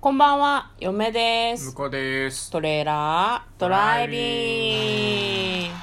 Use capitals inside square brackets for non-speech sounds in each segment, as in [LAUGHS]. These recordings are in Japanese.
こんばんは、嫁です向。こうです。トレーラードライビング。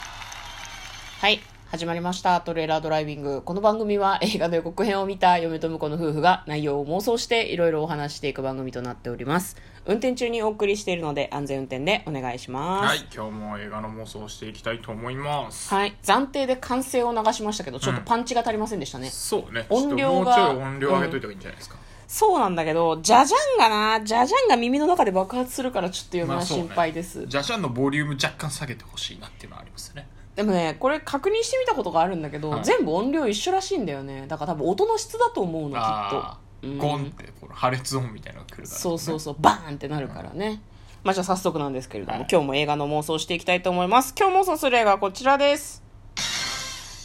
はい。始まりました。トレーラードライビング。この番組は映画の予告編を見た嫁と婿の夫婦が内容を妄想していろいろお話していく番組となっております。運転中にお送りしているので安全運転でお願いします。はい、今日も映画の妄想をしていきたいと思います。はい。暫定で完成を流しましたけど、ちょっとパンチが足りませんでしたね。そうね。音量がちょっともうちょい音量上げといた方がいいんじゃないですか。そうなんだけど、ジャジャンがな、ジャジャンが耳の中で爆発するからちょっと嫁まはあそうね心配です。ジャシャンのボリューム若干下げてほしいなっていうのはありますよね。でもねこれ確認してみたことがあるんだけど、はい全部音量一緒らしいんだよねだから多分音の質だと思うのきああっー、とゴうンっんてこの破裂音みたいなのが来るから、そうそうそうバーンってなるからね、まあじゃあ早速なんですけれども、今日も映画の妄想していきたいと思います今日妄想する映画はこちらです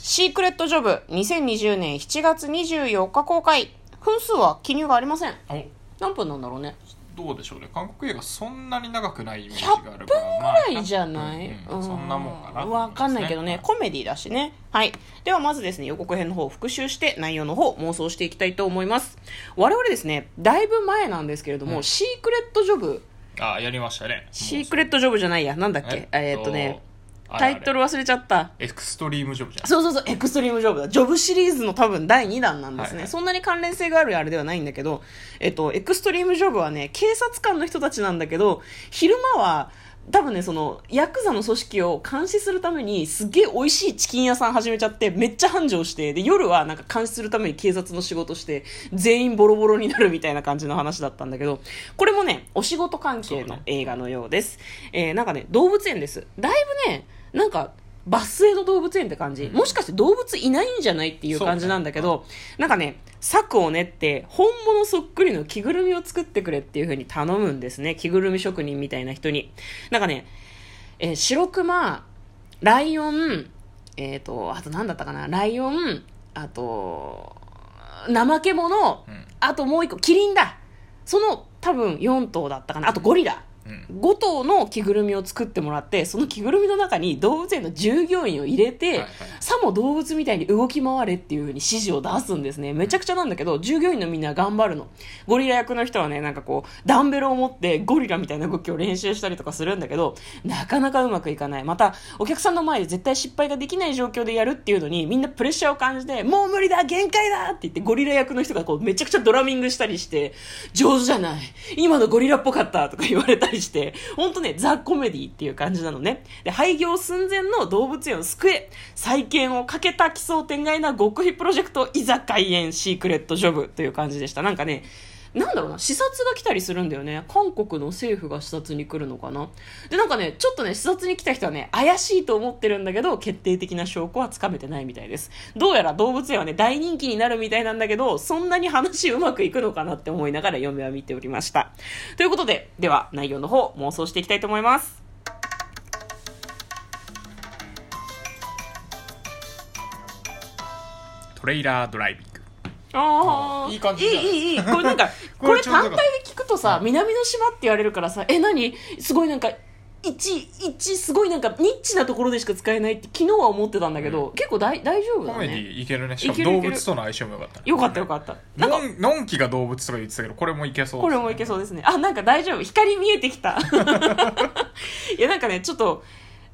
シークレットジョブ2020年7月24日公開分数は記入がありませんお何分なんだろうねどうでしょうね。韓国映画そんなに長くないイメージがある100分から。ぐまあらいじゃない、 100分うんそんなもんかな。わかんないけどね、コメディだしねはいではまずですね予告編の方を復習して内容の方を妄想していきたいと思います我々ですねだいぶ前なんですけれども、うんシークレットジョブああ、やりましたね。シークレットジョブじゃないやなんだっもうけえーっとねあれタあれイトル忘れちゃったエクストリームジョブじゃないそうそうそうエクストリームジョブだジョブシリーズの多分第2弾なんですね、はいはいそんなに関連性があるあれではないんだけど、えっと、エクストリームジョブはね警察官の人たちなんだけど昼間は多分ねそのヤクザの組織を監視するためにすげえ美味しいチキン屋さん始めちゃってめっちゃ繁盛してで夜はなんか監視するために警察の仕事して全員ボロボロになるみたいな感じの話だったんだけどこれもねお仕事関係の映画のようです、えーなんかね動物園ですだいぶねなんかバスへの動物園って感じ、もしかして動物いないんじゃないっていう感じなんだけど、なんかね策を練って本物そっくりの着ぐるみを作ってくれっていう風に頼むんですね着ぐるみ職人みたいな人になんかね、えー、白熊ライオンえっ、とあと何だったかなライオンあと怠け者、うんあともう一個キリンだその多分4頭だったかなあとゴリラうん。 5頭の着ぐるみを作ってもらってその着ぐるみの中に動物園の従業員を入れて、はいはいさも動物みたいに動き回れっていう風に指示を出すんですねめちゃくちゃなんだけど従業員のみんな頑張るのゴリラ役の人はねなんかこうダンベルを持ってゴリラみたいな動きを練習したりとかするんだけどなかなかうまくいかないまたお客さんの前で絶対失敗ができない状況でやるっていうのにみんなプレッシャーを感じてもう無理だ限界だって言ってゴリラ役の人がこうめちゃくちゃドラミングしたりして上手じゃない今のゴリラっぽかったとか言われたりして本当ねザ・コメディっていう感じなのねで廃業寸前の動物園を救え再建をかけた奇想天外な極秘プロジェクトいざ開演シークレットジョブという感じでしたなんかねなんだろうな視察が来たりするんだよね韓国の政府が視察に来るのかなでなんかねちょっとね視察に来た人はね怪しいと思ってるんだけど決定的な証拠はつかめてないみたいですどうやら動物園はね大人気になるみたいなんだけどそんなに話うまくいくのかなって思いながら嫁は見ておりましたということででは内容の方妄想していきたいと思いますトレイラードライビング。ああいい感じいじいゃないいいいこれなんかこ [LAUGHS] これれちょうど単体で聞くとさ南の島って言われるからさえ何すごいなんか一一すごいなんかニッチなところでしか使えないって昨日は思ってたんだけど、結構大大丈夫だコメデねィいけるね。しかいもけるいけ動る物との相性も良かったね。よかったよかったなんのかんのんきが動物とか言ってたけどこれもいけそうこれもいけそうですねあなんか大丈夫光見えてき [LAUGHS] たいやなんかねちょっと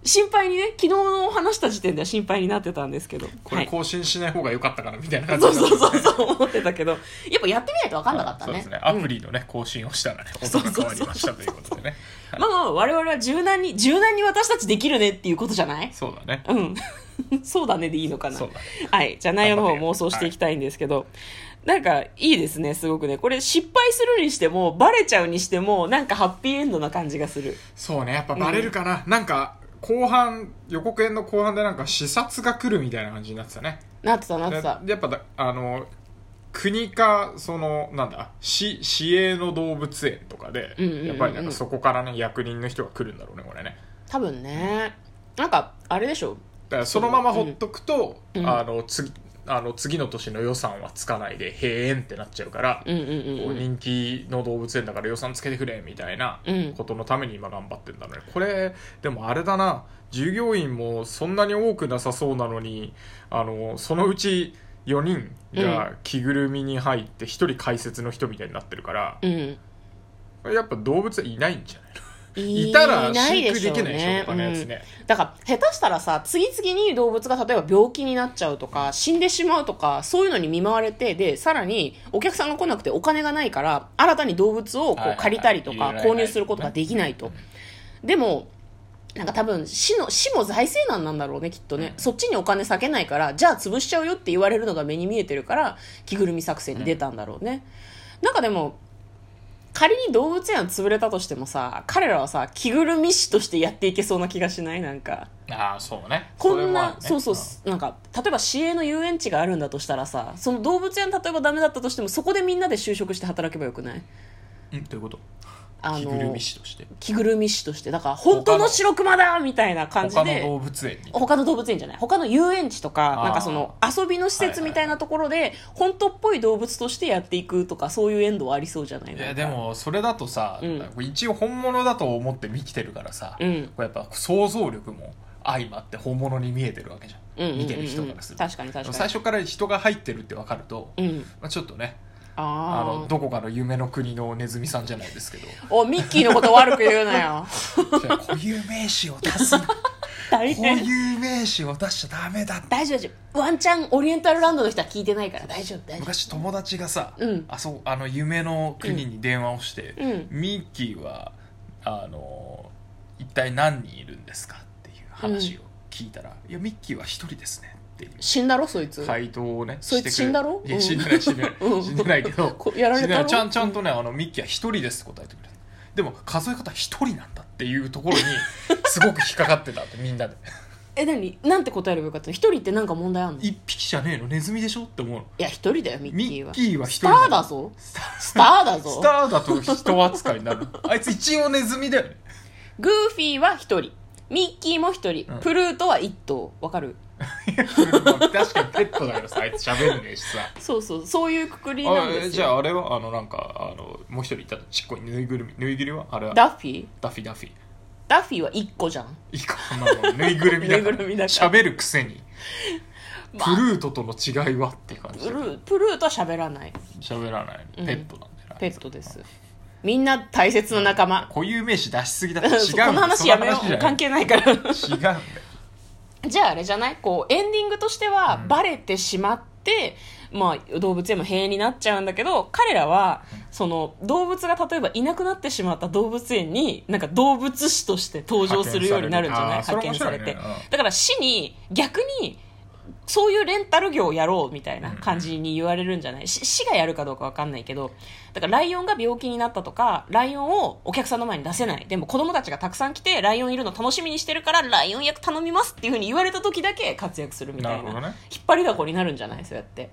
心配にね昨日の話した時点では心配になってたんですけどこはれい更新しない方が良かったからみたいな感じそうになってそうそうそう思ってたけどやっぱやってみないと分かんなかったそうでねすねアプリのね更新をしたらね音が変わりましたということでねはいまあまあ我々は柔軟に柔軟に私たちできるねっていうことじゃないそうだねうん [LAUGHS] そうだねでいいのかなそうだねはいじゃあ内容の方を妄想していきたいんですけど、なんかいいですねすごくねこれ失敗するにしてもバレちゃうにしてもなんかハッピーエンドな感じがするそうねやっぱバレるかななんか後半予告編の後半でなんか視察が来るみたいな感じになってたねなってたなってたやっぱだあの国かそのなんだ市市営の動物園とかでうんうんうんうんやっぱりなんかそこからね役人の人が来るんだろうねこれね多分ねなんかあれでしょだからそのままほっとくと、うんあの次あの次の年の予算はつかないで閉園ってなっちゃうから、うんうんうんこううん人気の動物園だから予算つけてくれみたいなうんことのために今頑張ってんだろうねこれでもあれだな従業員もそんなに多くなさそうなのにあのそのうち4人が着ぐるみに入って1人解説の人みたいになってるから、うんやっぱ動物はいないんじゃないいいたならい飼育できないでしょね他のやつね、うんだから下手したらさ次々に動物が例えば病気になっちゃうとか死んでしまうとかそういうのに見舞われてでさらにお客さんが来なくてお金がないから新たに動物をこはいはいはうい借りたりと入れらかれない購入することができないと、でもなんか多分市の市も財政難なんだろうねきっとね、うんそっちにお金避けないからじゃあ潰しちゃうよって言われるのが目に見えてるから着ぐるみ作戦に出たんだろうね、なんかでも仮に動物園潰れたとしてもさ彼らはさ着ぐるみ師としてやっていけそうな気がしないなんかああそうねこんなそうそうそれもあるねなんか例えば市営の遊園地があるんだとしたらさその動物園例えばダメだったとしてもそこでみんなで就職して働けばよくないうんんどういうことあ着のぐるみ師として着ぐるみ師としてだから本当の白熊だみたいな感じで他の動物園に他の動物園じゃない他の遊園地とかあーなんかその遊びの施設みたいなところで本当っぽい動物としてやっていくとかそういうエンドはありそうじゃないいなやんかでもそれだとさ、う一応本物だと思って生きてるからさ、うんこれやっぱ想像力も相まって本物に見えてるわけじゃん,、うんうんうんうん見てる人からすると確かに確かに最初から人が入ってるって分かると、うんまあ、ちょっとねああのーどこかの夢の国のネズミさんじゃないです [LAUGHS] けどおミッキーのこと悪く言うな [LAUGHS] よじゃあ固有名詞を出すな大固変有名詞を出しちゃダメだ大丈夫大丈夫ワンチャンオリエンタルランドの人は聞いてないから大丈夫大丈夫昔友達がさ、うんあそうあの夢の国に電話をして、うんミッキーはあの一体何人いるんですかっていう話を聞いたら、いやミッキーは一人ですねっていう死んだろそいつ、回答をねそいつして死くれんだろいやうん死んでない死んでな [LAUGHS] い、うん死んでないけど [LAUGHS] こやられたろ死んでないちゃんちゃんとねあのミッキーは一人ですって答えてくれたでも数え方一人なんだっていうところにすごく引っかかってたってみんなでえ何なんて答えればよかったの一人ってなんか問題あんのい一匹じゃねえのネズミでしょって思うのや一人だよミッキーはミッキーは一ス人タだーだぞスターだぞスターだと人扱いに [LAUGHS] なるあいつ一応ネズミだよねグーフィーは一人ミッキーも一人、うんプルートは一頭わかる確かにペットだけどさあいつ喋んねえしさそうそうそういうくくりなんですあよじゃああれはあのなんかあのもう一人いたちっこいぬいぐるみぬいぐるみはあれはダダッフィーッフィーダッフィーダッフィーは1個じゃんいいかまあまあぬいぐるみだぬかいぐらるみだから喋るくせに [LAUGHS] プまあルートとの違いはっていう感じプでループルートは喋らない喋らないうんペットなんだよなペットですみんな大切な仲間固有名詞出しすぎだって違うんだよ [LAUGHS] そうこの話やめよそのう話関係ないからじゃない違うんだよじゃああれじゃないこうエンディングとしてはうんバレてしまって、まあ、動物園も閉園になっちゃうんだけど彼らはその動物が例えばいなくなってしまった動物園になんか動物士として登場するようになるんじゃない派派遣遣さされれててあーそれ面白いねうんだから市に逆にそういうレンタル業をやろうみたいな感じに言われるんじゃない、し市がやるかどうかわかんないけどだからライオンが病気になったとかライオンをお客さんの前に出せないでも子供たちがたくさん来てライオンいるの楽しみにしてるからライオン役頼みますっていうふうに言われた時だけ活躍するみたいななるほどね引っ張りだこになるんじゃないそうやって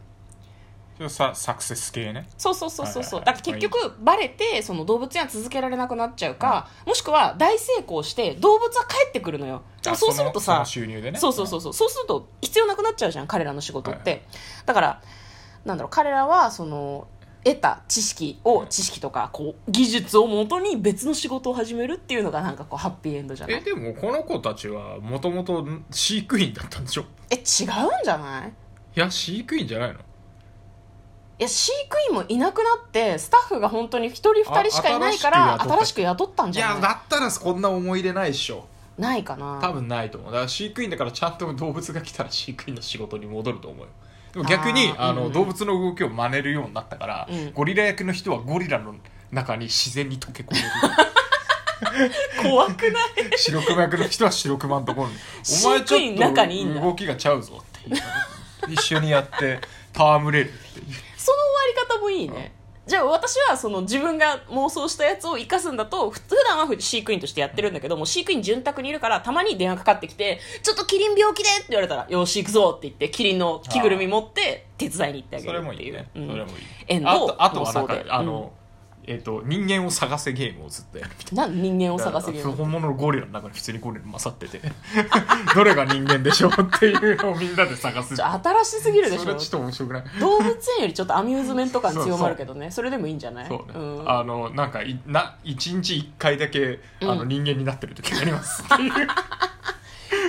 ちょっとさサクセス系ねそうそうそうそうそうはいだはいかはらい結局バレてその動物園は続けられなくなっちゃうか、もしくは大成功して動物は帰ってくるのよでもそうするとあそさのその収入でねそうそうそうそうそうすると必要なくなっちゃうじゃん彼らの仕事って、はいだからなんだろう彼らはその得た知識を知識とかこう技術をもとに別の仕事を始めるっていうのがなんかこうハッピーエンドじゃなえいでもこの子たちはもともと飼育員だったんでしょえ違うんじゃないいや飼育員じゃないのいや飼育員もいなくなってスタッフが本当に1人2人しかいないからあ新新ししく雇ったんいじゃやないだったらこんな思い入れないっしょないかな多分ないと思うだから飼育員だからちゃんと動物が来たら飼育員の仕事に戻ると思うよでも逆にあーあうんの、うん動物の動きを真似るようになったから、うんゴリラ役の人はゴリラの中に自然に溶け込め [LAUGHS] る怖くない白熊役の人は白熊のところに飼育員の中にいんだ動きがちゃうぞっていう一緒にやって戯れるっていうその終わり方もいいね、じゃあ私はその自分が妄想したやつを生かすんだとふ普段は飼育員としてやってるんだけどもう飼育員潤沢にいるからたまに電話かかってきて「ちょっとキリン病気で」って言われたら「よし行くぞ」って言ってキリンの着ぐるみ持って手伝いに行ってあげそるれっていうもいいね、うんそれもいいエンドあとあと妄はな想んかであの、えっ、と人間を探せゲームをずっとやるみたいなな人間を探すゲーム本物のゴリラの中に普通にゴリラ勝ってて [LAUGHS] どれが人間でしょうっていうのをみんなで探すちょ新しすぎるでしそれょちょっと面白くない動物園よりちょっとアミューズメント感強まるけどねそれでもいいんじゃないそうね、んあのなんかいな1日1回だけあのうん人間になってる時がありますっていう、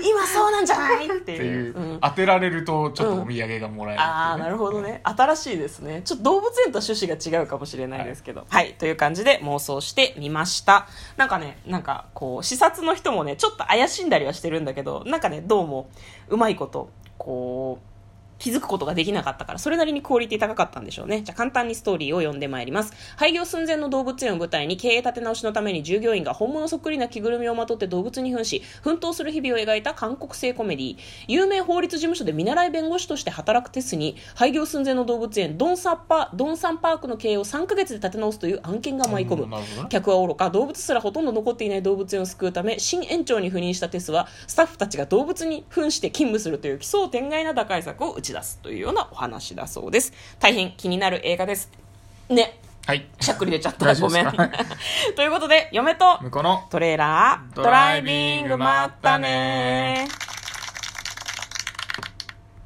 今すそうなんじゃないっていていうう、うん、当てられるとちょっとお土産がもらえるっていうね、ああなるほどね新しいですねちょっと動物園とは趣旨が違うかもしれないですけどはい、という感じで妄想してみましたなんかねなんかこう視察の人もねちょっと怪しんだりはしてるんだけどなんかねどうもうまいことこう気づくことができなかったから、それなりにクオリティ高かったんでしょうね。じゃあ簡単にストーリーを読んでまいります。廃業寸前の動物園を舞台に経営立て直しのために従業員が本物そっくりな着ぐるみをまとって動物に扮し、奮闘する日々を描いた韓国製コメディ。有名法律事務所で見習い弁護士として働くテスに、廃業寸前の動物園ドンサッパ、ドンサンパークの経営を3ヶ月で立て直すという案件が舞い込むうん。なるほどね客はおろか動物すらほとんど残っていない動物園を救うため新園長に赴任したテスはスタッフたちが動物に扮して勤務するという奇想天外な打開策を打ち出すというようなお話だそうです大変気になる映画ですねはいしゃっくり出ちゃった大ご丈夫でめす [LAUGHS] んか [LAUGHS] ということで嫁と向こうのトレーラードドライビングままっったたねね